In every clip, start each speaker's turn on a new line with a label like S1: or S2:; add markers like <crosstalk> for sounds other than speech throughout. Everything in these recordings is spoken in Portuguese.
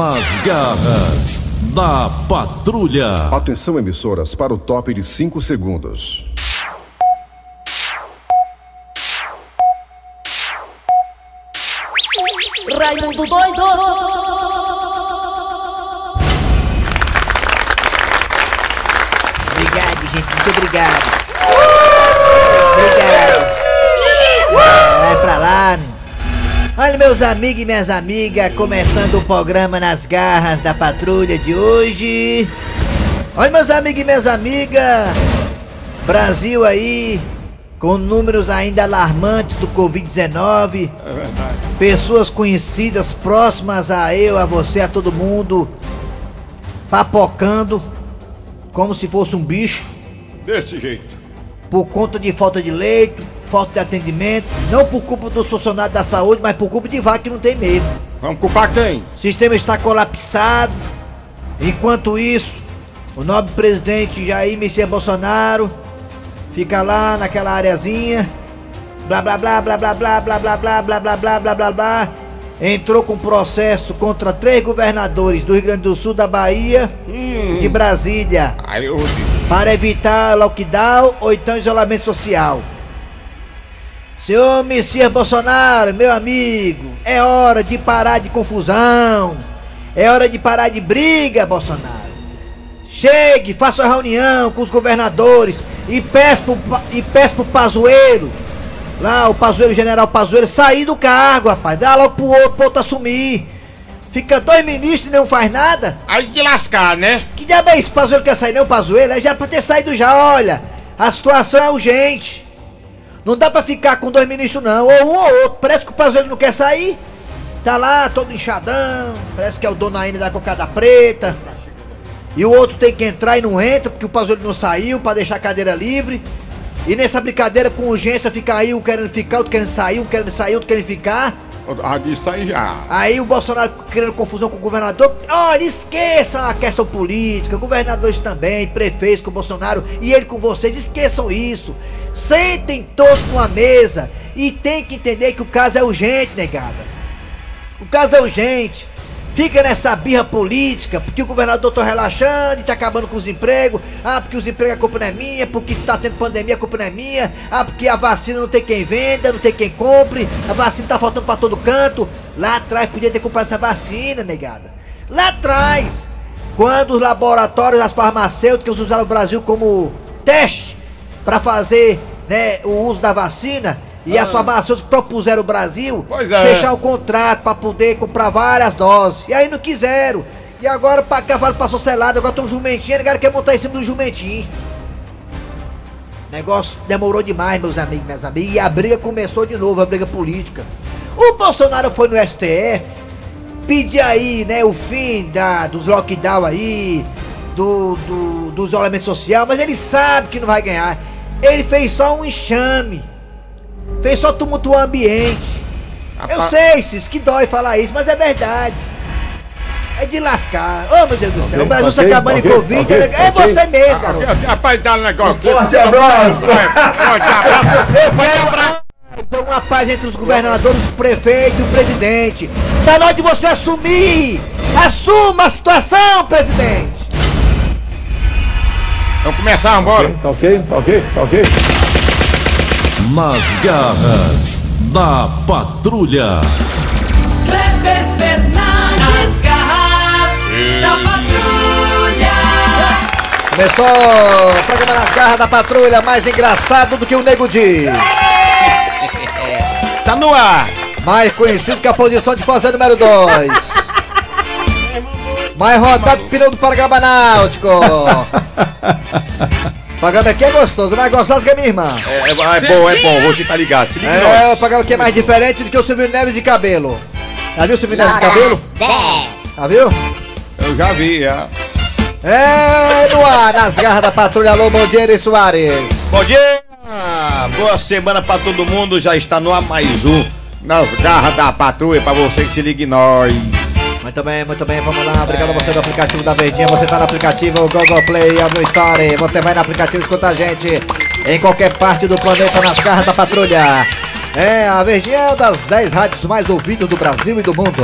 S1: Nas garras da patrulha.
S2: Atenção, emissoras, para o top de 5 segundos.
S3: Raimundo doido!
S4: Obrigado, gente. Muito obrigado. Obrigado. Vai pra lá, menino. Olha, meus amigos e minhas amigas, começando o programa Nas Garras da Patrulha de hoje. Olha, meus amigos e minhas amigas, Brasil aí, com números ainda alarmantes do Covid-19. Pessoas conhecidas, próximas a eu, a você, a todo mundo, papocando como se fosse um bicho,
S5: Desse jeito.
S4: por conta de falta de leito, falta de atendimento, não por culpa dos funcionários da saúde, mas por culpa de vaca que não tem medo.
S5: Vamos culpar quem?
S4: O sistema está colapsado. Enquanto isso, o nobre presidente Jair Messias Bolsonaro fica lá naquela areazinha. Blá blá blá blá blá blá blá blá blá blá blá blá blá blá blá. Entrou com processo contra três governadores do Rio Grande do Sul, da Bahia, de Brasília.
S5: Ai, eu digo.
S4: para evitar lockdown ou então isolamento social. Senhor Messias Bolsonaro, meu amigo, é hora de parar de confusão, é hora de parar de briga, Bolsonaro. Chegue, faça uma reunião com os governadores e peça pro, Pa- e peça pro Pazueiro, lá o Pazueiro, o General Pazueiro, sair do cargo, rapaz, dá logo pro outro, pro outro assumir. Fica dois ministros e não faz nada.
S5: Aí de lascar, né?
S4: Que diabo é isso? Pazuelo quer sair, não, Pazuelo? É, Já era pra ter saído já, olha. A situação é urgente. Não dá pra ficar com dois ministros, não. Ou um ou outro. Parece que o Pazuelo não quer sair. Tá lá, todo inchadão. Parece que é o dono ainda da cocada preta. E o outro tem que entrar e não entra, porque o Pazuelo não saiu pra deixar a cadeira livre. E nessa brincadeira com urgência fica aí um querendo ficar, outro querendo sair, um querendo sair, outro querendo ficar.
S5: Ah, disso aí já.
S4: Aí o Bolsonaro criando confusão com o governador. Olha, esqueçam a questão política, governadores também, prefeitos com o Bolsonaro e ele com vocês, esqueçam isso. Sentem todos com a mesa e tem que entender que o caso é urgente, negada. O caso é urgente. Fica nessa birra política, porque o governador tá relaxando e tá acabando com os empregos. Ah, porque os empregos a culpa não é minha, porque se tá tendo pandemia a culpa não é minha. Ah, porque a vacina não tem quem venda, não tem quem compre. A vacina tá faltando pra todo canto. Lá atrás podia ter comprado essa vacina, negada. Lá atrás, quando os laboratórios, as farmacêuticas usaram o Brasil como teste pra fazer né, o uso da vacina. E as farmacêuticas propuseram o Brasil
S5: Ah. Pois é.
S4: fechar o contrato pra poder comprar várias doses. E aí não quiseram. E agora o pa- cavalo passou selado, agora tem um jumentinho, a galera quer montar em cima do jumentinho. Negócio demorou demais, meus amigos, minhas amigas. E a briga começou de novo, a briga política. O Bolsonaro foi no STF pedir aí, né, o fim da, dos lockdown aí, do, do, do isolamento social, mas ele sabe que não vai ganhar. Ele fez só um enxame. Fez só tumultuar o ambiente. Eu
S5: Apa-
S4: sei, Cis, que dói falar isso, mas é verdade. É de lascar. Ô, meu Deus do céu, o Brasil está acabando em Covid. é- é você mesmo,
S5: Ah,
S4: garoto.
S5: ah, ah, Rapaz, dá um negócio.
S6: Forte abraço!
S5: É, forte abraço.
S4: Eu um quero Então, uma paz entre os governadores, os prefeitos e o presidente. Tá na hora de você assumir. Assuma a situação, presidente.
S5: Vamos começar, vambora.
S6: Tá ok? Tá ok? Tá ok?
S1: Nas garras da patrulha.
S3: Kleber Fernandes, garras da patrulha.
S4: Começou o programa nas garras da patrulha, mais engraçado do que o Nego Di.
S5: Tá no ar.
S4: Mais conhecido que a posição de fazer número 2. Mais rodado que pneu do Paragaba Náutico. Pagando aqui é gostoso, não é gostoso que a minha irmã.
S5: É, é, é bom, é bom. Hoje tá ligado. Se liga
S4: É, o Pagando aqui é mais diferente do que o Silvio Neves de cabelo. Já viu o Silvio Neves de cabelo? Já viu?
S5: nós. Ah, tá Eu já vi, já.
S4: É, no ar, nas garras da patrulha, alô, bom dia, Eri Soares.
S7: Bom dia! Boa semana pra todo mundo, já está no ar mais um.
S5: Nas garras da patrulha, pra você que se liga em nós.
S4: Muito bem, muito bem, vamos lá. Obrigado a você do aplicativo da Verdinha. Você tá no aplicativo Google Play, Apple Store. Você vai no aplicativo e escuta a gente em qualquer parte do planeta nas garras da patrulha. É, a Verdinha é uma das 10 rádios mais ouvidas do Brasil e do mundo.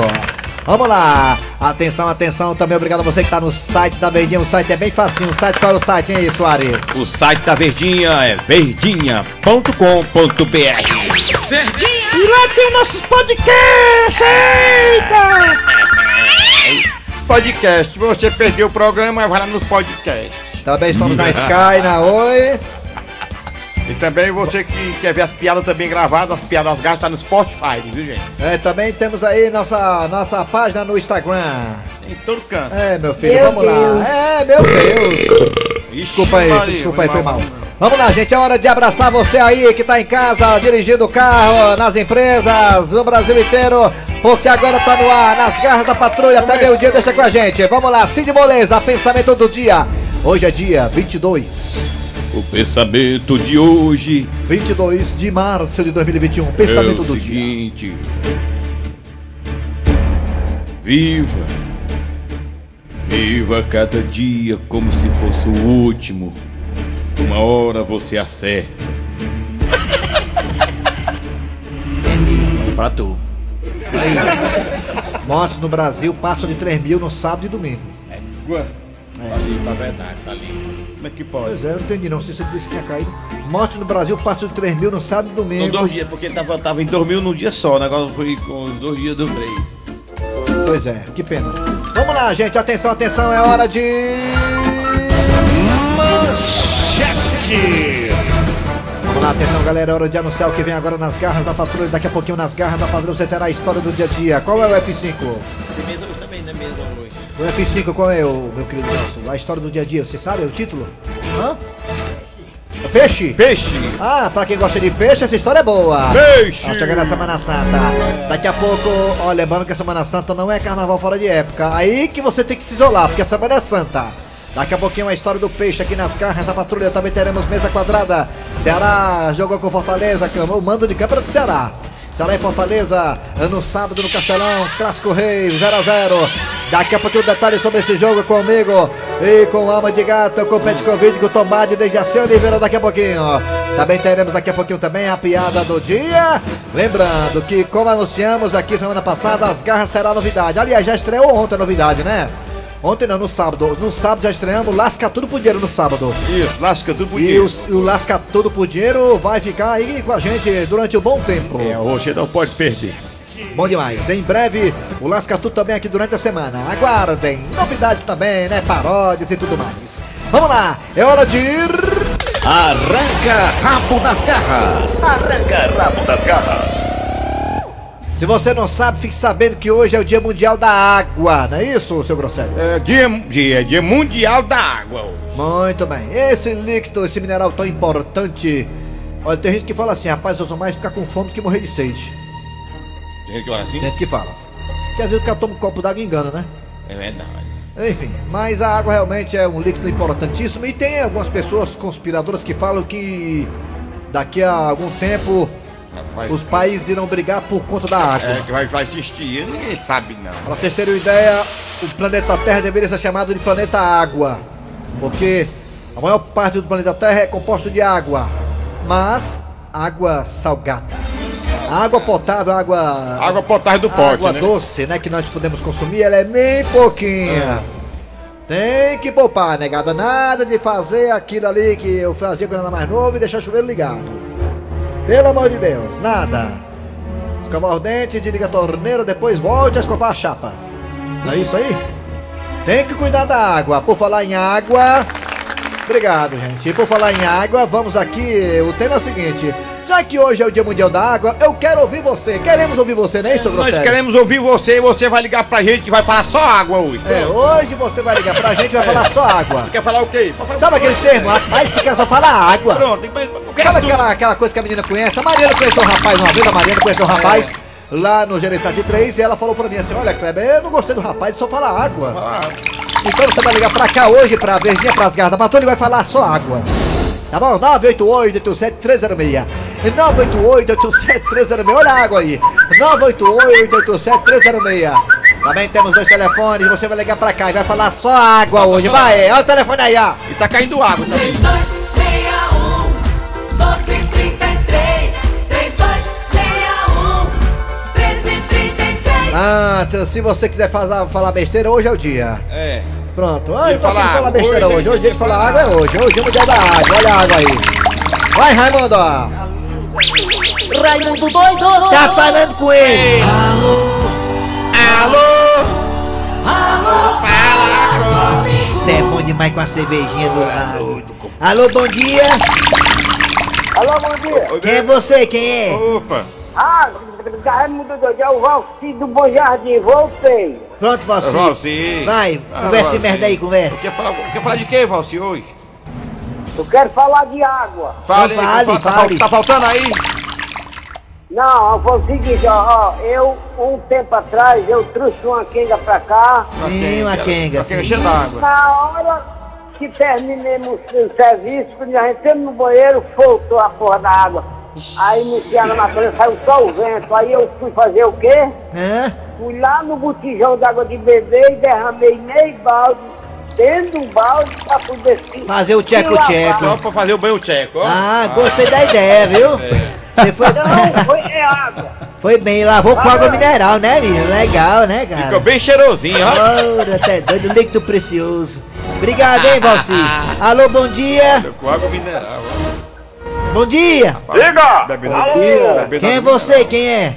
S4: Vamos lá. Atenção, atenção. Também obrigado a você que tá no site da Verdinha. O site é bem facinho. O site qual é o site, hein, aí, Soares?
S7: O site da Verdinha é verdinha.com.br.
S8: E lá tem nossos podcasts! Eita!
S5: Podcast, você perdeu o programa, vai lá no podcast.
S4: Também estamos na Sky, na Oi.
S5: E também você que quer ver as piadas também gravadas, as piadas gastas tá no Spotify, viu gente?
S4: É, também temos aí nossa, nossa página no Instagram.
S5: Em todo canto.
S4: É, meu filho,
S8: Meu
S4: vamos
S8: Deus.
S4: lá. É, meu Deus. Desculpa aí,
S5: Maria,
S4: desculpa aí, foi mal. Vamos lá, gente, é hora de abraçar você aí que tá em casa, dirigindo o carro, nas empresas, no Brasil inteiro, porque agora tá no ar, nas garras da patrulha, até meio-dia, deixa com a gente. Vamos lá, Cid Moleza, pensamento do dia. Hoje é dia 22,
S7: O pensamento de hoje
S4: 22 de março de 2021,
S7: é
S4: pensamento
S7: o
S4: do dia.
S7: seguinte: Viva, viva cada dia como se fosse o último. Uma hora você
S5: <laughs>
S7: acerta. pra tu.
S4: Mortes no Brasil passam de 3 mil no sábado e domingo.
S5: Tá ali, tá verdade, tá ali. Como é que pode?
S4: Pois é, eu não entendi não, se você disse que tinha caído. Mortes no Brasil passam de 3 mil no sábado e
S5: São
S4: domingo.
S5: dois dias, porque ele tava, tava em dormir num dia só, o negócio foi com os dois dias do três.
S4: Pois é, que pena. Vamos lá, gente, atenção, atenção, é hora de. Vamos lá, atenção, galera, é hora de anunciar o que vem agora nas garras da patrulha. Daqui a pouquinho, nas garras da patrulha, você terá a história do dia a dia. Qual é o F5?
S5: Também, né, mesmo, Luiz?
S4: O F5, qual é o meu querido Nelson? A história do dia a dia, você sabe? É o título? Hã? É Peixe?
S7: Peixe!
S4: Ah, pra quem gosta de peixe, essa história é boa.
S7: Peixe!
S4: Tá chegando a Semana Santa. Daqui a pouco, ó, lembrando que a Semana Santa não é carnaval fora de época. Aí que você tem que se isolar, porque a Semana é Santa. Daqui a pouquinho a história do peixe aqui nas carras da patrulha. Também teremos mesa quadrada. Ceará jogou com Fortaleza, que o mando de câmera do Ceará. Ceará e Fortaleza, no sábado no Castelão, Clássico Rei, 0x0. Daqui a pouquinho detalhes sobre esse jogo comigo e com alma de gato, com o Pet Covid, com o Tomate, desde a Seu Oliveira daqui a pouquinho. Também teremos daqui a pouquinho também a piada do dia. Lembrando que, como anunciamos aqui semana passada, as garras terá novidade. Aliás, já estreou ontem a novidade, né? Ontem não, no sábado. No sábado já estreamos Lasca Tudo por Dinheiro no sábado.
S5: Isso, lasca tudo por
S4: E
S5: dia.
S4: o, o Lasca Tudo por Dinheiro vai ficar aí com a gente durante um bom tempo.
S5: É, você não pode perder.
S4: Bom demais. Em breve, o Lascatu também aqui durante a semana. Aguardem. Novidades também, né? Paródias e tudo mais. Vamos lá. É hora de ir...
S1: Arranca rabo das garras.
S4: Se você não sabe, fique sabendo que hoje é o Dia Mundial da Água. Não é isso, seu Grosselho?
S5: É dia, dia, dia mundial da água. hoje.
S4: Muito bem. Esse líquido, esse mineral tão importante... Olha, tem gente que fala assim, rapaz, eu sou mais ficar com fome do que morrer de sede.
S5: Tem gente que fala assim?
S4: Tem gente que fala. Porque às vezes o cara toma um copo d'água e engana, né?
S5: É verdade.
S4: Enfim, mas a água realmente é um líquido importantíssimo e tem algumas pessoas conspiradoras que falam que daqui a algum tempo
S5: Rapaz,
S4: os países irão brigar por conta da
S5: É,
S4: água.
S5: que vai, vai assistir, ninguém sabe não.
S4: Pra vocês terem uma ideia, o planeta Terra deveria ser chamado de planeta água, porque a maior parte do planeta Terra é composto de água, mas água salgada. Água potável, água
S5: Água potável do
S4: a
S5: pote,
S4: água
S5: né?
S4: doce, né, que nós podemos consumir, ela é bem pouquinha.
S5: Ah.
S4: Tem que poupar, negada. Nada de fazer aquilo ali que eu fazia quando era mais novo e deixar o chuveiro ligado. Pelo amor de Deus, nada. Escovar o dente, desliga a torneira, depois volte a escovar a chapa. Não é isso aí? Tem que cuidar da água. Por falar em água. Obrigado, gente. E por falar em água, vamos aqui. O tema é o seguinte. Já que hoje é o Dia Mundial da Água, eu quero ouvir você. Queremos ouvir você, né, Sr.
S5: Nós queremos ouvir você e você vai ligar pra gente e vai falar só água hoje.
S4: É, hoje você vai ligar pra gente e vai falar só água.
S5: Quer falar o quê? Pra falar
S4: Sabe aquele termo? Rapaz, esse cara só fala água.
S5: Pronto, depois qualquer
S4: Sabe
S5: assunto.
S4: aquela, aquela coisa que a menina conhece? A Mariana conheceu um rapaz uma vez, a Mariana conheceu um rapaz lá no Gerenciate 3 e ela falou pra mim assim: Olha, Kleber, eu não gostei do rapaz, só fala água.
S5: Ah,
S4: Então você vai ligar pra cá hoje, pra Verdinha Pras Gardas Patrulha, ele vai falar só água. Tá bom? 988-87306. 988-87306. Olha a água aí. 988-87306. Também temos dois telefones, você vai ligar pra cá e vai falar só água hoje. Vai, olha o telefone aí, ó.
S5: E tá caindo água também.
S3: 3261 1233 3261 1333
S4: Pronto, Ah, então, se você quiser falar, falar besteira, hoje é o dia.
S7: É.
S4: Pronto, ah,
S5: Dia
S4: eu tô
S5: de falar
S4: aqui falar
S5: água.
S4: besteira
S5: Hoje é
S4: hoje.
S5: dia
S4: Hoje é dia
S5: de
S4: de falar água
S5: falar
S4: é hoje. Hoje é o dia da água. Olha a água aí. Vai, Raimundo. ó.
S9: Raimundo doido!
S4: Tá falando com ele. Isso é bom demais com a cervejinha
S5: é
S4: do lado. Alô, bom dia.
S10: Alô, bom dia.
S4: Quem é você? Quem é?
S5: Opa!
S10: Ah, Raimundo Doidão, é o Valci do Bom Jardim, voltei.
S4: Pronto, você.
S5: Valci!
S4: Vai,
S5: Ah,
S4: conversa
S5: Valci.
S4: esse merda aí, conversa.
S5: Quer falar, quer falar de quê, Valci, hoje?
S10: Eu quero falar de água.
S5: Fale,
S4: Não, fale,
S5: fala, tá,
S4: fale.
S5: fal- tá faltando aí?
S10: Não, foi o seguinte, ó, ó, eu, um tempo atrás, eu trouxe uma quenga pra cá,
S4: Sim, uma quenga.
S5: Uma quenga
S4: sim.
S5: cheia d'água.
S10: na hora que terminamos o serviço, quando nós entramos no banheiro, faltou a porra da água. Aí iniciaram na coisa, saiu só o vento, aí eu fui fazer o quê?
S4: Hã?
S10: Fui lá no botijão d'água de bebê e derramei meio balde, dentro do balde, pra poder se-
S4: Fazer o tcheco-tcheco.
S10: se
S5: Só
S10: lavar.
S5: pra fazer o banho tcheco, ó. É.
S4: Ah, gostei da ideia, viu? Você foi,
S10: Não, foi é água.
S4: <laughs> foi bem, lavou com água mineral, né, menino? Legal, né, cara?
S5: Fica bem cheirosinho, ó.
S4: Ora, até doido, líquido precioso. Obrigado, hein, Valci. Alô, bom dia.
S5: Com água mineral, ó.
S4: Bom dia.
S5: Diga! Bebe na
S10: Alô!
S5: bebe na-
S4: Quem é você? Quem é?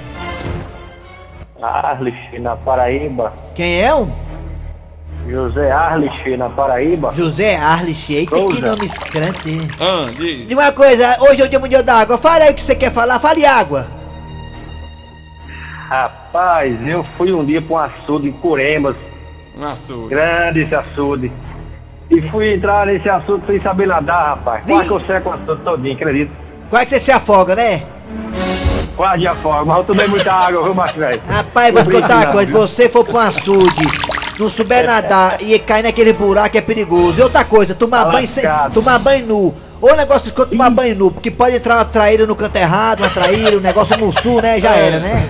S10: Arlich, na Paraíba.
S4: Quem é o
S10: José Arlich, na Paraíba.
S4: José Arlich? Eita, que
S10: Souza.
S4: nome escrante. hein?
S5: Ah, diz.
S4: E uma coisa, hoje é o Dia Mundial da Água. Fala aí o que você quer falar, fale água.
S10: Rapaz, eu fui um dia para um açude em Curemas,
S5: Um açúcar.
S10: grande esse açude. E fui entrar nesse açude sem saber nadar, rapaz. Quase
S4: Ih.
S10: que eu seco o açude todinho, acredito.
S4: Quase que você se afoga, né?
S10: Quase de afogo, mas eu tomei muita água, viu, Marcos? velho?
S4: Rapaz, vou te contar uma
S10: Obrigado,
S4: coisa.
S10: viu? É.
S4: Você for pra um açude, não souber nadar e cair naquele buraco é perigoso. E outra coisa, tomar
S10: Tá
S4: banho sem.
S10: lascado.
S4: Tomar banho nu. Ou o negócio de tomar banho nu, porque pode entrar uma traíra no canto errado, uma traíra, um negócio mussu, né? Já
S10: É.
S4: era, né?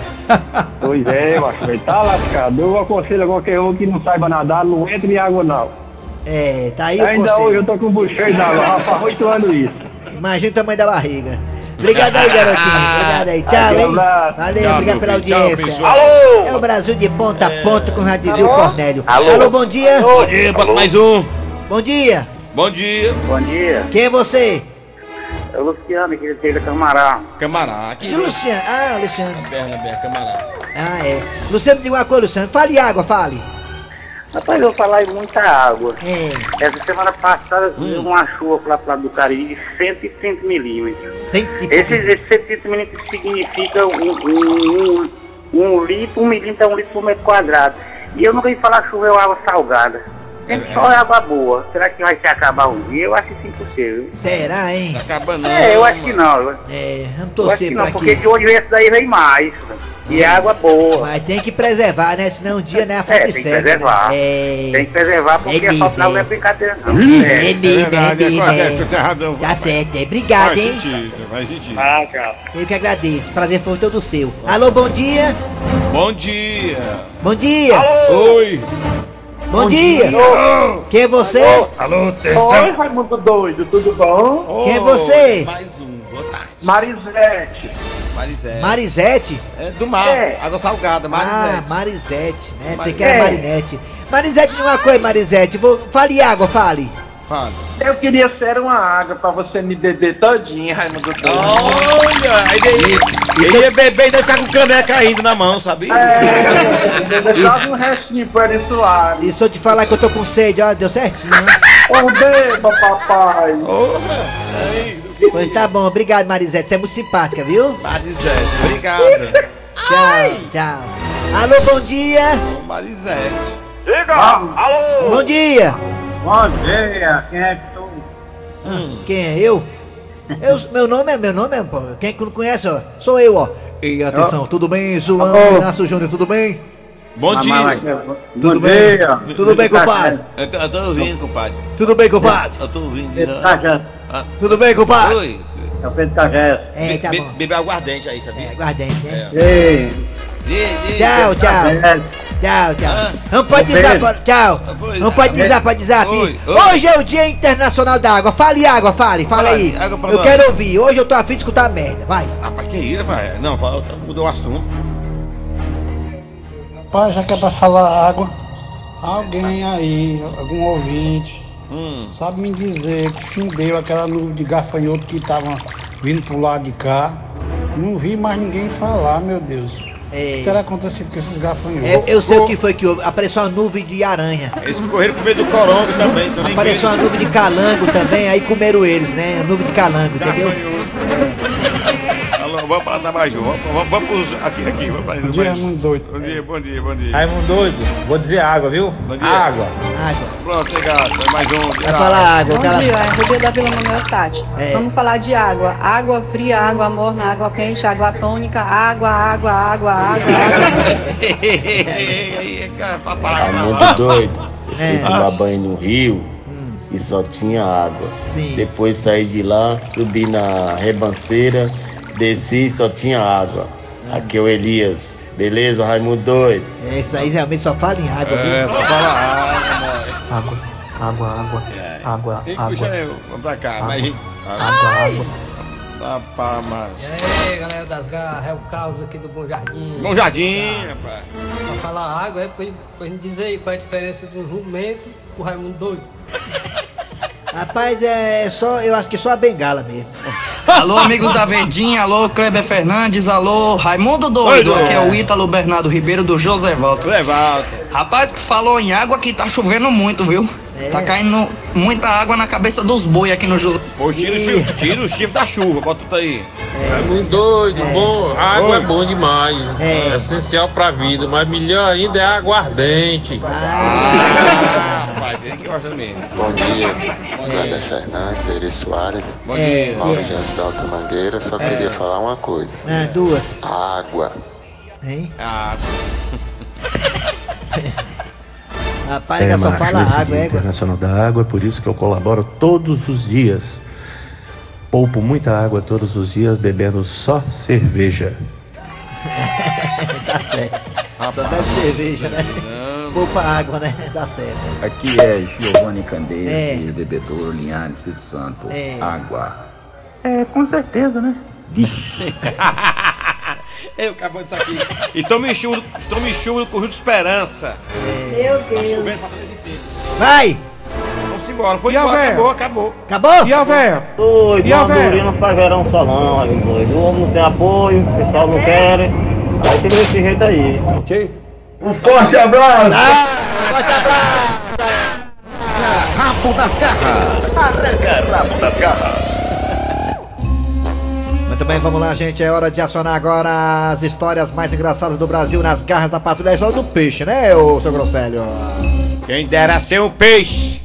S10: Pois é, Marcos, velho, tá lascado. Eu aconselho a qualquer um que não saiba nadar, não entre em água, não.
S4: É, tá aí o
S10: Ainda hoje eu
S4: conselho.
S10: tô com buchão d'água,
S4: <laughs>
S10: rapaz, oito anos isso.
S4: Imagina o tamanho da barriga. Obrigado aí, garotinho. Obrigado aí. Tchau, hein?
S10: Ah, abraço.
S4: Valeu,
S7: Tchau,
S4: obrigado
S7: meu
S4: pela
S7: filho. Tchau,
S4: audiência.
S7: abençoa.
S4: É o Brasil de ponta a ponta, como já dizia o Cornélio.
S10: É. Alô?
S4: Alô, bom dia.
S7: Bom dia, bota mais um.
S4: Bom dia.
S7: Bom dia,
S10: Bom dia.
S4: Quem é você?
S10: É o Luciano, aqui da Camará.
S7: camará. Aqui,
S4: E Luciano. Ah, Alexandre.
S7: perna aberta, camará.
S4: Ah, é. Luciano, me diga uma coisa, Luciano. Fale água, fale.
S10: Rapaz, eu falar em muita água.
S4: É,
S10: Essa semana passada veio uma chuva lá pro lado do Caribe de 105 milímetros.
S4: sente
S10: Esses, esses 105 milímetros significa um, um, um, um litro, um milímetro é um litro por metro quadrado. E eu nunca ouvi falar chuva é água salgada. Sempre só é água boa. Será que vai se acabar um dia? Eu acho isso impossível.
S4: Será, hein?
S7: Tá acabando.
S10: É,
S5: né?
S10: eu acho que não. Eu
S4: É, vamos
S10: acho que
S4: torcer pra
S10: não, porque
S4: aqui.
S10: de onde vem essa daí vem mais. E é água boa.
S4: Mas tem que preservar, né? Senão um dia, né, a
S10: É,
S4: fonte
S10: tem que
S4: seca,
S10: preservar.
S4: Né?
S10: Tem
S4: É.
S10: que preservar porque
S4: É
S10: é só não é
S4: nível.
S10: brincadeira não.
S4: É
S10: É.
S4: mesmo, é
S5: verdade,
S4: mesmo,
S5: correto,
S4: é.
S5: tem razão.
S4: Tá certo, é. Obrigado,
S5: Faz
S4: hein?
S5: sentido, faz sentido.
S10: Ah, tchau.
S4: Eu que agradeço. Prazer foi todo seu. Alô, bom dia.
S7: Bom dia.
S4: Bom dia.
S7: Oi.
S4: bom, dia. Quem é você?
S7: Alô,
S10: Oi, Raimundo Doido, tudo bom?
S7: Oi,
S4: Quem é você?
S7: Mais um, boa tarde.
S10: Marisete.
S5: Marisé.
S4: Marisete.
S5: É do mar,
S10: É.
S5: água salgada, Marisé.
S4: Ah, Marisete, né? Tem que
S5: Marisete.
S4: era Marinete. Marisete, não é uma coisa, Marisete. Vou... Fale água, fale.
S5: Fala.
S10: Eu queria ser uma água pra você me beber todinha, Raimundo Doido.
S5: Oh. Olha, ele, ele, ele ia beber e deve ficar com caneca ainda na mão, sabia?
S10: É, deixava É, um restinho pra ele suar.
S4: E se eu te falar que eu tô com sede, ó, deu certinho, né?
S10: Ô, beba, papai.
S4: Pois tá bom, obrigado, Marisete. Você é muito simpática, viu?
S5: Marisé, obrigado.
S4: Tchau, tchau. Alô, bom dia!
S5: Marisé.
S4: Bom dia!
S10: Bom dia, quem é que tu?
S4: Quem é eu? Eu- meu nome é meu nome é, pô. Quem que não conhece, ó, sou eu, ó. E atenção, tudo bem, João
S10: Alô?
S4: Inácio Júnior, tudo bem?
S7: Bom dia.
S10: É, Bom
S4: Tudo bem?
S10: dia. Tá
S4: Tudo bem, compadre?
S5: Eu, tô- eu tô ouvindo, compadre.
S4: Tudo bem, compadre? É,
S5: Eu tô ouvindo. Ah,
S10: Pedro Cajés.
S4: Tudo bem, compadre?
S5: Oi.
S10: É o Pedro Cajés.
S4: É, tá
S5: Be-
S4: bom.
S5: Bebeu aguardente aí, sabia?
S4: É, aguardente, né?
S10: Ei,
S5: Ih, ih,
S4: Tchau,
S5: Pedro
S4: tchau.
S10: Cajés.
S4: Tchau,
S5: Ah,
S4: tchau. Não pode
S10: um
S4: dizer
S10: beijo.
S4: para. Tchau.
S5: Pois,
S4: Não pode
S5: ah,
S4: dizer para
S5: Oi,
S4: desafio.
S5: oi.
S4: Hoje é o Dia Internacional da Água. Fale água, fale, fala
S5: Fala,
S4: aí.
S5: água pra
S4: Eu
S5: nós.
S4: quero ouvir. Hoje eu tô afim de escutar merda. Vai.
S5: Rapaz, que isso, rapaz? Não, fala- mudou o assunto.
S11: Rapaz, já que é pra falar água, alguém aí, algum ouvinte,
S4: Hum.
S11: sabe me dizer que fim deu aquela nuvem de gafanhoto que tava vindo pro lado de cá. Não vi mais ninguém falar, meu Deus. O que terá acontecido com esses gafanhotos?
S4: É, eu sei o que foi que houve. Apareceu uma nuvem de aranha.
S5: Eles correram com medo do corongo também. tô nem
S4: Apareceu uma
S5: vendo.
S4: nuvem de calango também, aí comeram eles, né? A nuvem de calango,
S5: Tá,
S4: entendeu?
S5: Alô, vamos pra Tabajô. Vamos, vamos, vamos pros- aqui, aqui. Vamos pra
S11: Bom dia, Raimundo Doido.
S5: Bom dia, bom dia, bom dia.
S12: Raimundo doido, vou dizer água, viu?
S5: dia.
S12: Água.
S4: Água.
S5: Pronto, chegado. Foi mais um.
S4: Vai falar água, tá
S13: Bom
S4: aquela.
S13: dia, é Rubia da Vila Manuel Sati.
S4: É.
S13: Vamos falar de água. Água fria, água morna, água quente, água tônica, água, água, água, água, água.
S5: é
S14: Raimundo Tá doido. Eu
S4: É.
S14: fui
S9: Ah.
S14: tomar banho no rio e só tinha água.
S4: Sim.
S14: Depois saí de lá, subi na rebanceira, desci e só tinha água.
S4: Hum.
S14: Aqui é o Elias. Beleza, Raimundo doido?
S4: É, isso aí realmente só fala em água, viu?
S5: Vai falar água,
S12: Água, água, água. Água,
S5: mano. E puxa
S12: água.
S5: eu. Vamos pra cá.
S12: Água.
S5: Mas, gente.
S12: Água, água.
S5: Tá, pá, mas.
S15: E aí, galera das garras, é o Carlos aqui do Bom Jardim.
S5: Bom jardim, rapaz.
S15: Pra falar água, é pra, ele- pra gente dizer aí qual é a diferença do jumento pro Raimundo doido.
S4: Rapaz, é só. Eu acho que só a bengala mesmo.
S10: Alô, amigos da Verdinha, alô, Kleber Fernandes, alô, Raimundo Doido,
S4: Doido.
S10: aqui é o Ítalo Bernardo Ribeiro do José Valto.
S5: Levalto.
S10: Rapaz que falou em água que tá chovendo muito, viu? Tá caindo muita água na cabeça dos boi aqui no José.
S5: Pô, tira, o chifre, tira o chifre da chuva, bota tudo aí. É.
S16: Raimundo doido, bom, água
S5: Oi.
S16: é bom demais. É.
S5: Ah,
S16: essencial pra vida, mas melhor ainda é água ardente.
S5: Vai, Ah, tem que gostar mesmo.
S17: Bom dia, Kleber Fernandes, Eri Soares,
S5: Bom dia.
S17: Mauro Jans da Alta Mangueira. Só
S4: É.
S17: queria falar uma coisa:
S4: Ah, duas,
S17: água.
S4: hein?
S5: Água.
S4: <laughs> Rapaz, que só fala água, é.
S1: Internacional da Água, é por isso que eu colaboro todos os dias. Poupo muita água todos os dias, bebendo só cerveja.
S4: Tá certo. Só bebe cerveja, né? Poupa água, né? Dá certo.
S18: Aqui é Giovanni Candeias,
S4: É.
S18: de Bebedouro, Linhares, Espírito Santo.
S4: É.
S18: Água.
S12: É, com certeza, né?
S5: Eu acabou disso aqui. E toma enxugo, toma enxugo no Conjunto Esperança.
S13: Meu
S5: Tá
S13: Deus.
S5: chovendo pra frente de tempo.
S4: Vai!
S5: Vamos embora, foi
S6: E a
S5: embora,
S6: véia?
S5: acabou, acabou.
S4: Acabou?
S6: E a véia? Doido,
S5: E a véia?
S6: Madurina não faz verão só não, amigo doido. O homem não tem apoio, o pessoal não quer. Aí fica desse jeito aí. Ok? Um forte abraço!
S19: Rabo das garras. Arranca rabo das garras.
S4: Muito bem, vamos lá, gente. É hora de acionar agora as histórias mais engraçadas do Brasil nas garras da patrulha. É a história do peixe, né, ô seu Grosselho?
S5: Quem dera ser um peixe.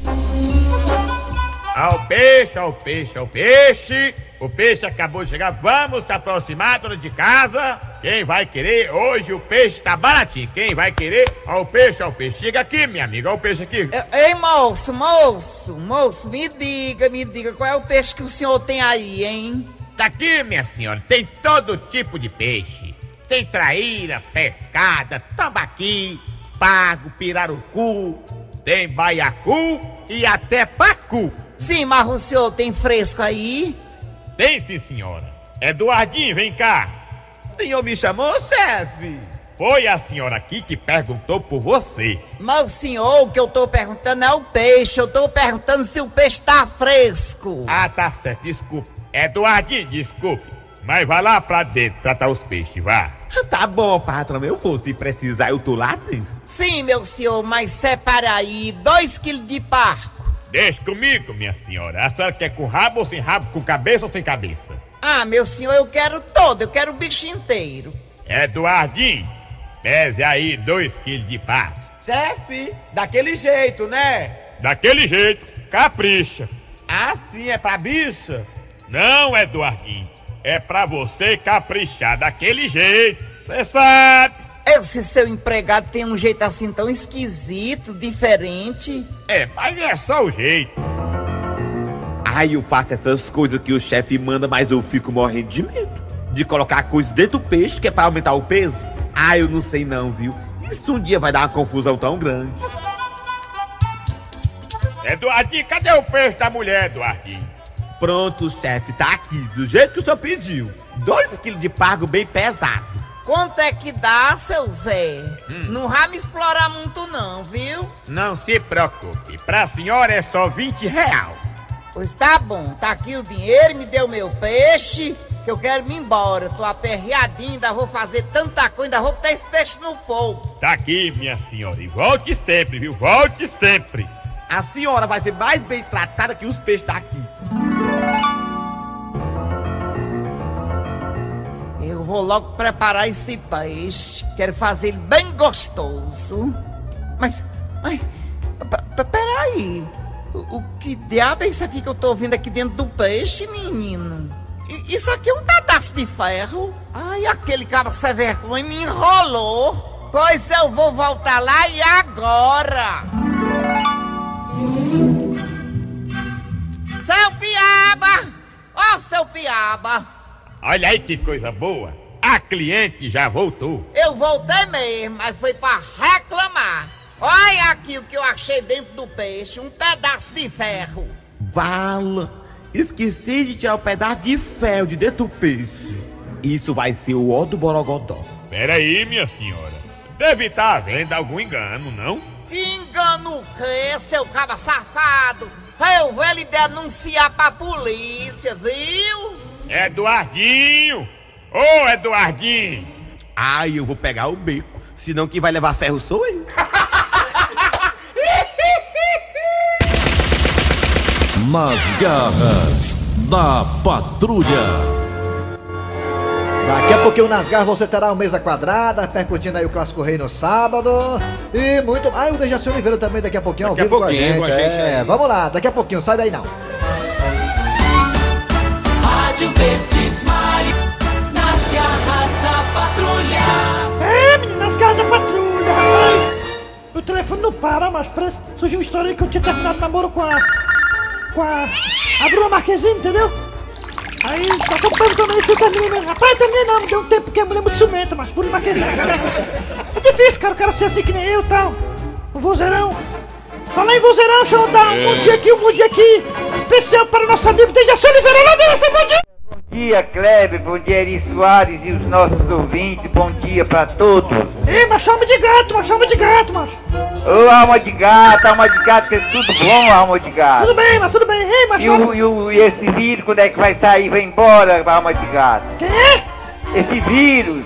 S9: Ao peixe, ao peixe, ao peixe. O peixe acabou de chegar. Vamos se aproximar, dona de casa. Quem vai querer? Hoje o peixe tá baratinho. Quem vai querer? Ao peixe, ao peixe. Chega aqui, minha amiga. Ao peixe aqui.
S20: Ei, moço, moço, moço, me diga, me diga, qual é o peixe que o senhor tem aí, hein?
S9: Daqui, Tá minha senhora, tem todo tipo de peixe. Tem traíra, pescada, tambaqui, pago, pirarucu. Tem baiacu e até pacu.
S20: Sim, mas o senhor tem fresco aí?
S9: Tem sim, senhora. Eduardinho, vem cá. O senhor me chamou, chefe? Foi a senhora aqui que perguntou por você.
S20: Mas o senhor, o que eu tô perguntando é o peixe, eu tô perguntando se o peixe tá fresco.
S9: Ah, tá certo, desculpe. Eduardinho, desculpe. Mas vá lá pra dentro tratar os peixes, vá. Tá bom, patrão. Eu vou, se precisar, eu tô lá dentro.
S20: Sim, meu senhor, mas separa aí dois quilos de parco.
S9: Deixa comigo, minha senhora. A senhora quer com rabo ou sem rabo, com cabeça ou sem cabeça?
S20: Ah, meu senhor, eu quero todo, eu quero o bicho inteiro.
S9: Eduardinho, pese aí dois quilos de paz.
S21: Chefe, daquele jeito, né?
S9: Daquele jeito, capricha.
S21: Assim é pra bicha?
S9: Não, Eduardinho. É pra você caprichar daquele jeito. Você sabe.
S20: Esse seu empregado tem um jeito assim tão esquisito, diferente.
S9: É, mas é só o jeito.
S21: Ai, eu faço essas coisas que o chefe manda, mas eu fico morrendo de medo. De colocar coisa dentro do peixe que é pra aumentar o peso. Ah, eu não sei não, viu? Isso um dia vai dar uma confusão tão grande.
S9: Eduardinho, cadê o peixe da mulher, Eduardinho?
S21: Pronto, chefe, tá aqui, do jeito que o senhor pediu. Dois quilos de pago bem pesado.
S20: Quanto é que dá, seu Zé? Não vai me explorar muito não, viu?
S5: Não se preocupe, pra senhora é só 20 real.
S20: Pois tá bom, tá aqui o dinheiro, me deu meu peixe, que eu quero me embora. Tô aperreadinho, ainda vou fazer tanta coisa, ainda vou botar esse peixe no fogo.
S5: Tá aqui, minha senhora, e volte sempre, viu? Volte sempre.
S22: A senhora vai ser mais bem tratada que os peixes daqui.
S20: Eu vou logo preparar esse peixe, quero fazer ele bem gostoso. Mas, mas, p- p- peraí, o, o que diabo é isso aqui que eu tô ouvindo aqui dentro do peixe, menino? I- Isso aqui é um pedaço de ferro. Ai, aquele cara sem vergonha me enrolou. Pois eu vou voltar lá e agora. Seu piaba! Ó, seu piaba!
S5: Olha aí que coisa boa. A cliente já voltou.
S20: Eu voltei mesmo, mas foi pra reclamar. Olha aqui o que eu achei dentro do peixe, um pedaço de ferro.
S22: Vala! Esqueci de tirar o pedaço de ferro de dentro do peixe. Isso vai ser o ó do Borogodó.
S5: Peraí, minha senhora. Deve estar havendo algum engano, não?
S20: Que engano o quê, seu caba safado? Eu vou ele denunciar pra polícia, viu?
S5: Eduardinho! Ô, Eduardinho!
S22: Ai, eu vou pegar o beco. Senão quem vai levar ferro sou eu.
S1: Nas garras da patrulha.
S4: Daqui a pouquinho nas garras você terá o Mesa Quadrada, percutindo aí o Clássico Rei no sábado. E muito. Ah, e o Dejaci Oliveira também daqui a pouquinho ao
S23: Daqui a
S4: vivo
S23: pouquinho,
S4: com a gente.
S23: com a gente
S4: é,
S23: aí.
S4: vamos lá, daqui a pouquinho, sai daí não.
S23: Rádio Verdes Mari, nas garras da patrulha.
S9: É, menino, nas casas da patrulha, rapaz! Meu telefone não para, mas parece que surgiu uma história aí que eu tinha terminado o namoro com a. com a. a Bruna Marquezine, entendeu? Aí, tá todo perguntando aí se eu terminei mesmo. Rapaz, eu terminei não, me deu um tempo porque a mulher é muito ciumenta, mas Bruna Marquezine. É difícil, cara, o cara ser assim que nem eu e tal. O vozeirão. Fala aí, vozeirão, deixa eu dar um bom dia aqui, um bom dia aqui. Especial para o nosso amigo Dejaci Oliveira, lá dentro, bom dia!
S10: Bom dia, Kleber, bom dia, Eri Soares e os nossos ouvintes, bom dia pra todos.
S9: Ih, mas chama de gato, mas chama de gato, macho.
S10: Ô, alma de gato, alma de gato, que é tudo bom, alma de
S9: Tudo
S10: gato.
S9: bem, mas tudo bem. Ei, mas
S10: E, o, e, o- e esse vírus, quando é que vai sair? Vai embora, alma de gato. Quê? Esse vírus.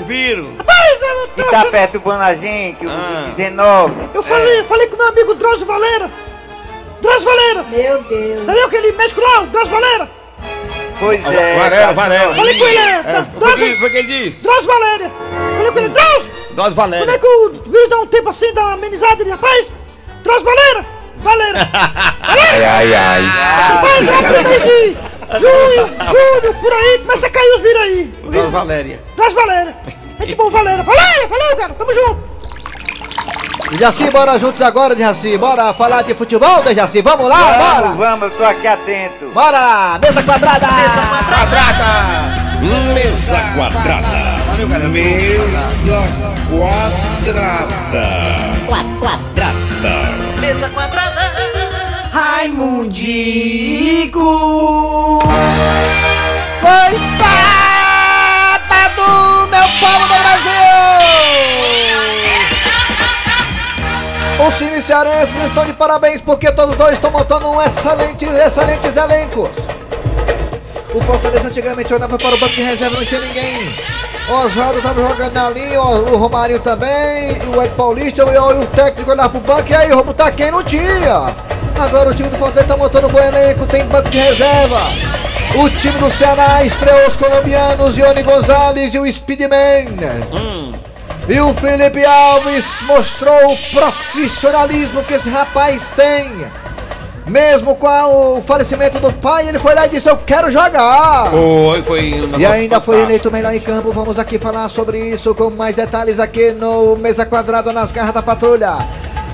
S10: O vírus.
S9: Rapaz, eu tô
S10: Que tá perturbando a gente, o 19.
S9: Eu falei, eu falei com meu amigo Drauzio Valera. Drauzio Valera. Meu Deus. Entendeu aquele médico lá, o Drauzio Valera?
S10: Pois é.
S24: Varela, Varela.
S9: Falei com ele.
S24: É,
S9: Dra-
S24: foi que-
S9: Drauzio-
S24: foi que ele disse.
S9: Drauzio Valera. Falei com ele, Drauzio.
S24: Nós
S9: Como é
S24: Valéria.
S9: que o vírus dá um tempo assim, dá uma amenizada? Ele, rapaz, Drauzio Valera. Valera.
S23: Ai, ai, ai.
S9: Rapaz, lá pro mês de junho, julho, por aí, começa a cair os vírus aí.
S24: Nós Valéria.
S9: Drauzio Valera.
S4: É tipo
S9: Gente bom, Valera. Valera, valeu, cara. Tamo junto.
S4: Dejaci, bora juntos agora, Dejaci. Bora falar de futebol, Dejaci. Vamos lá, bora!
S10: Vamos, vamos, eu tô aqui atento.
S4: Bora lá, mesa quadrada!
S23: Mesa quadrada. Mesa quadrada. Quadrada.
S25: Mesa quadrada.
S23: Raimundico.
S25: Foi sábado, meu povo do Brasil!
S4: Os times cearenses estão de parabéns porque todos dois estão montando um excelente, excelentes elencos. O Fortaleza antigamente olhava para o banco de reserva, não tinha ninguém. Oswaldo estava jogando ali, o o Romarinho também, o Ed Paulista e o, e o técnico olhava para o banco e aí, vou botar quem não tinha. Agora o time do Fortaleza está montando um bom elenco, tem banco de reserva. O time do Ceará estreou os colombianos, Ione Gonzalez e o Speedman. E o Felipe Alves mostrou o profissionalismo que esse rapaz tem. Mesmo com a- o falecimento do pai, ele foi lá e disse: Eu quero jogar.
S23: Foi, foi um
S4: E
S23: negócio
S4: ainda foi
S23: fantástico.
S4: eleito o melhor em campo. Vamos aqui falar sobre isso com mais detalhes aqui no Mesa Quadrada nas Garras da Patrulha.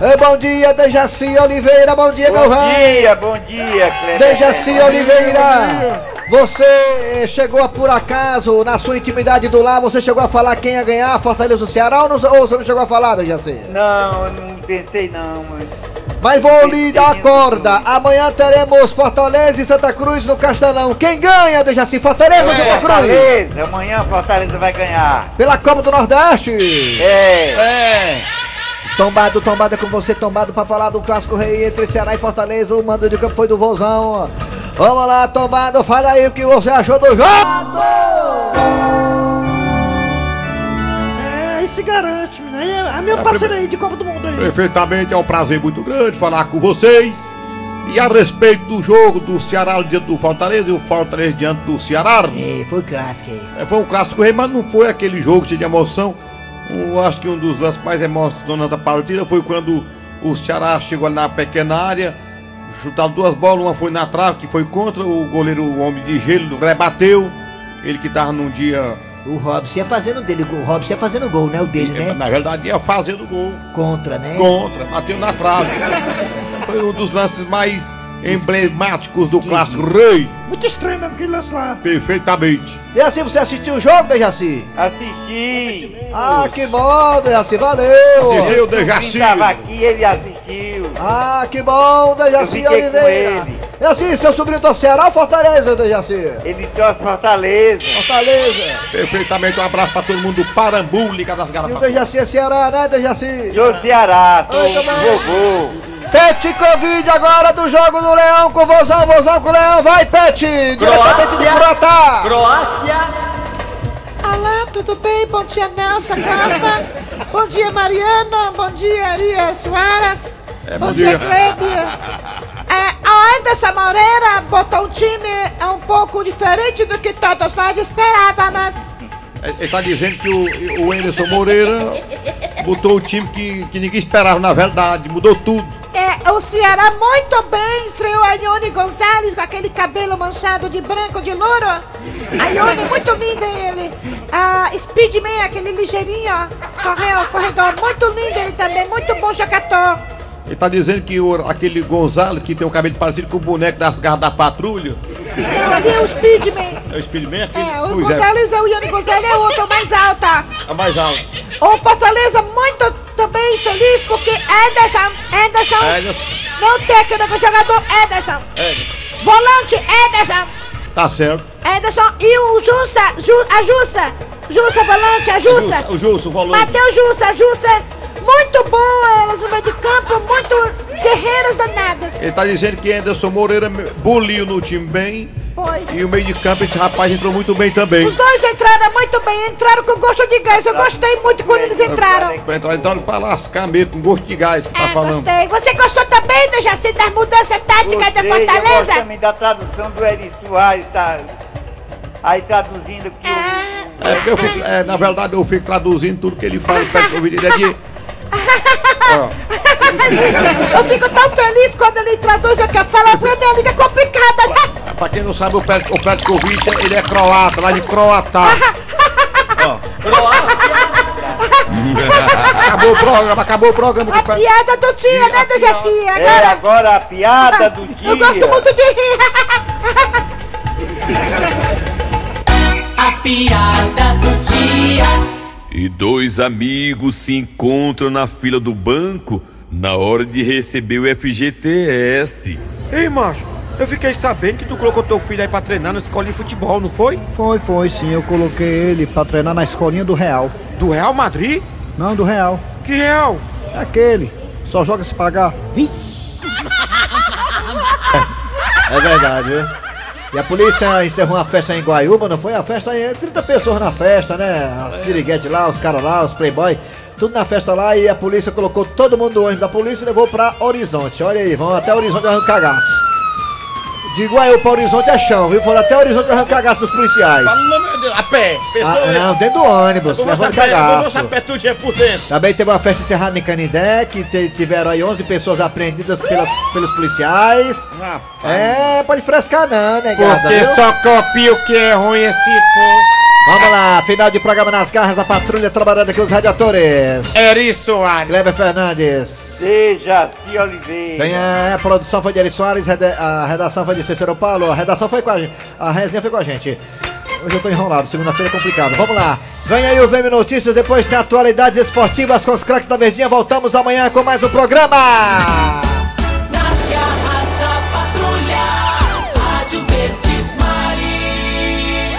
S4: Ei, Bom dia, Dejaci Oliveira. Bom dia, meu
S10: Bom
S4: rei.
S10: dia, bom dia, Kleber.
S4: Dejaci
S10: Bom dia,
S4: Oliveira, você eh, chegou a, por acaso, na sua intimidade do lar, você chegou a falar quem ia ganhar, Fortaleza do Ceará, ou, não, ou você não chegou a falar, Dejaci?
S10: Não, eu não pensei não, mas
S4: Mas
S8: é
S4: vou lhe dar corda. Amanhã teremos Fortaleza e Santa Cruz no Castelão. Quem ganha, Dejaci? Fortaleza ou Santa Cruz?
S8: Fortaleza, amanhã Fortaleza vai ganhar.
S4: Pela Copa do Nordeste?
S8: É.
S4: É. Tombado, tombada com você, tombado pra falar do clássico rei entre Ceará e Fortaleza. O mando de campo foi do Vozão. Vamos lá, tombado, fala aí o que você achou do jogo.
S6: É, isso garante, menino. Aí é a minha parceira aí de Copa do Mundo aí.
S5: Perfeitamente, é um prazer muito grande falar com vocês. E a respeito do jogo do Ceará diante do Fortaleza e o Fortaleza diante do Ceará.
S4: É, foi clássico aí.
S5: foi um clássico rei, mas não foi aquele jogo cheio de emoção. Eu acho que um dos lances mais emocionantes da partida foi quando o Ceará chegou ali na pequena área, chutaram duas bolas, uma foi na trave, que foi contra, o goleiro, o homem de gelo, rebateu. Ele que tava num dia.
S4: O Robson ia fazendo dele, o Robson ia fazendo gol, né? O dele,
S8: é,
S4: né?
S5: Na verdade, ia fazendo gol.
S4: Contra, né?
S5: Contra, bateu na trave. Foi um dos lances mais emblemáticos do clássico rei.
S6: Muito estranho mesmo aquele lance lá.
S5: Perfeitamente.
S4: E assim você assistiu o jogo, Dejaci?
S8: Assisti.
S4: Ah, que bom, Dejaci, valeu!
S5: Assistiu, Dejaci.
S8: Estava aqui, ele assistiu.
S4: Ah, que bom, Dejaci
S8: Eu fiquei com
S4: Oliveira!
S8: ele.
S4: E assim, seu sobrinho torce Ceará ou Fortaleza, né, Dejaci?
S8: Ele torce Fortaleza.
S4: Fortaleza.
S5: Perfeitamente, um abraço pra todo mundo do Parambu, Liga das
S4: E o
S5: Garapatas.
S4: Dejaci é Ceará, né, Dejaci?
S8: Eu Ceará,
S10: um
S4: tô
S8: vovô.
S4: Pet Covid agora do jogo do Leão com o Vozão, Vozão com o Leão, vai Pet! Diretamente do Croatá!
S9: Olá, tudo bem? Bom dia, Nelson Costa. Bom dia, Mariana. Bom dia, Arias Soaras.
S5: É,
S9: bom,
S5: bom
S9: dia,
S5: dia.
S9: Clébia. É, a Anderson Moreira botou um time é, um pouco diferente do que todos nós esperávamos.
S5: Ele tá dizendo que o, o Anderson Moreira botou o time que, que ninguém esperava, na verdade, mudou tudo.
S9: É, o Ceará muito bem estreou a Ione Gonzalez com aquele cabelo manchado de branco de louro. A Ione muito linda ele. Ah, Speedman, aquele ligeirinho, ó, correu o corredor. Muito lindo ele também, muito bom jogador.
S5: Ele tá dizendo que o- aquele Gonzalez, que tem o cabelo parecido com o boneco das garras da patrulha.
S9: Não, ali é o Speedman.
S5: É o experimento?
S9: É, o
S5: Pois
S9: Gonzalez é o Ione Gonzalez, é o outro mais alta.
S5: é mais alto.
S9: O Fortaleza muito também feliz porque Ederson, Ederson,
S5: Ederson.
S9: meu técnico, jogador Ederson,
S5: É,
S9: volante Ederson.
S5: tá certo.
S9: Ederson e o Jussa, Ju- a Jussa, Jussa volante, a Jussa,
S5: O Justo, o volante.
S9: Mateus Jussa, Jussa, muito bom elas no meio de campo, muito guerreiros danados.
S5: Ele tá dizendo que Anderson Moreira boliu no time bem.
S9: Foi.
S5: E o meio de campo, esse rapaz entrou muito bem também.
S9: Os dois entraram muito bem, entraram com gosto de gás, eu gostei muito quando eles entraram.
S5: Pra entrar então pra lascar mesmo, com gosto de gás que tá falando.
S9: É, Gostei. Você gostou também, do Jaci, das mudanças tá
S8: Gostei,
S9: táticas da
S8: Eu gosto
S9: Fortaleza?
S8: também da tradução do Eri Soares, tá? Aí traduzindo que
S5: É, porque eu fico, é, na verdade eu fico traduzindo tudo que ele fala pra convidar ele aqui. Ó,
S9: Eu fico tão feliz quando ele traduz o que eu falo, porque minha liga é complicada.
S5: pra quem não sabe, o Pet- o Petkovic, ele é croata, lá de
S9: <laughs>
S5: Croatá. Acabou o programa, acabou o programa.
S9: A piada do dia, né, do Jaci?
S8: é
S9: Agora.
S8: agora a piada do dia.
S9: Eu gosto muito de rir.
S7: A piada do dia.
S10: E dois amigos se encontram na fila do banco na hora de receber o FGTS.
S5: Ei, macho, eu fiquei sabendo que tu colocou teu filho aí pra treinar na escola de futebol, não foi?
S26: Foi, foi sim. Eu coloquei ele pra treinar na escolinha do Real. Do Real Madrid? Não, do Real. Que Real? É aquele. Só joga se pagar.
S4: É verdade, viu? E a polícia encerrou uma festa em Guaiúba, não foi? A festa aí, 30 pessoas na festa, né? As piriguete lá, os caras lá, os playboy, tudo na festa lá e a polícia colocou todo mundo no ônibus da polícia e levou pra Horizonte. Olha aí, vão até Horizonte arrancar cagaço. De Guaiúba pra Horizonte é chão, viu? Foram até Horizonte arrancar cagaço dos policiais.
S5: A pé,
S4: Ah, não, dentro do ônibus, levando um cagaço.
S5: é por dentro.
S4: Também teve uma festa encerrada em Canindé, que te- tiveram aí 11 pessoas apreendidas pela- pelos policiais.
S5: Ah,
S4: É, pode frescar não, né, gata,
S5: Porque
S4: viu?
S5: só copia o que é ruim esse povo.
S4: Vamos lá, final de programa nas garras da patrulha, trabalhando aqui os radiadores.
S5: Eri Soares.
S4: Kleber Fernandes.
S8: Seja se Oliveira.
S4: Tem é, a, a produção foi de Eri Soares, rede- a redação foi de Cícero Paulo, a redação foi com a gente, a resenha foi com a gente. Hoje eu tô enrolado, segunda-feira é complicado. Vamos lá. Vem aí o VM Notícias, depois tem atualidades esportivas com os craques da Verdinha. Voltamos amanhã com mais um programa.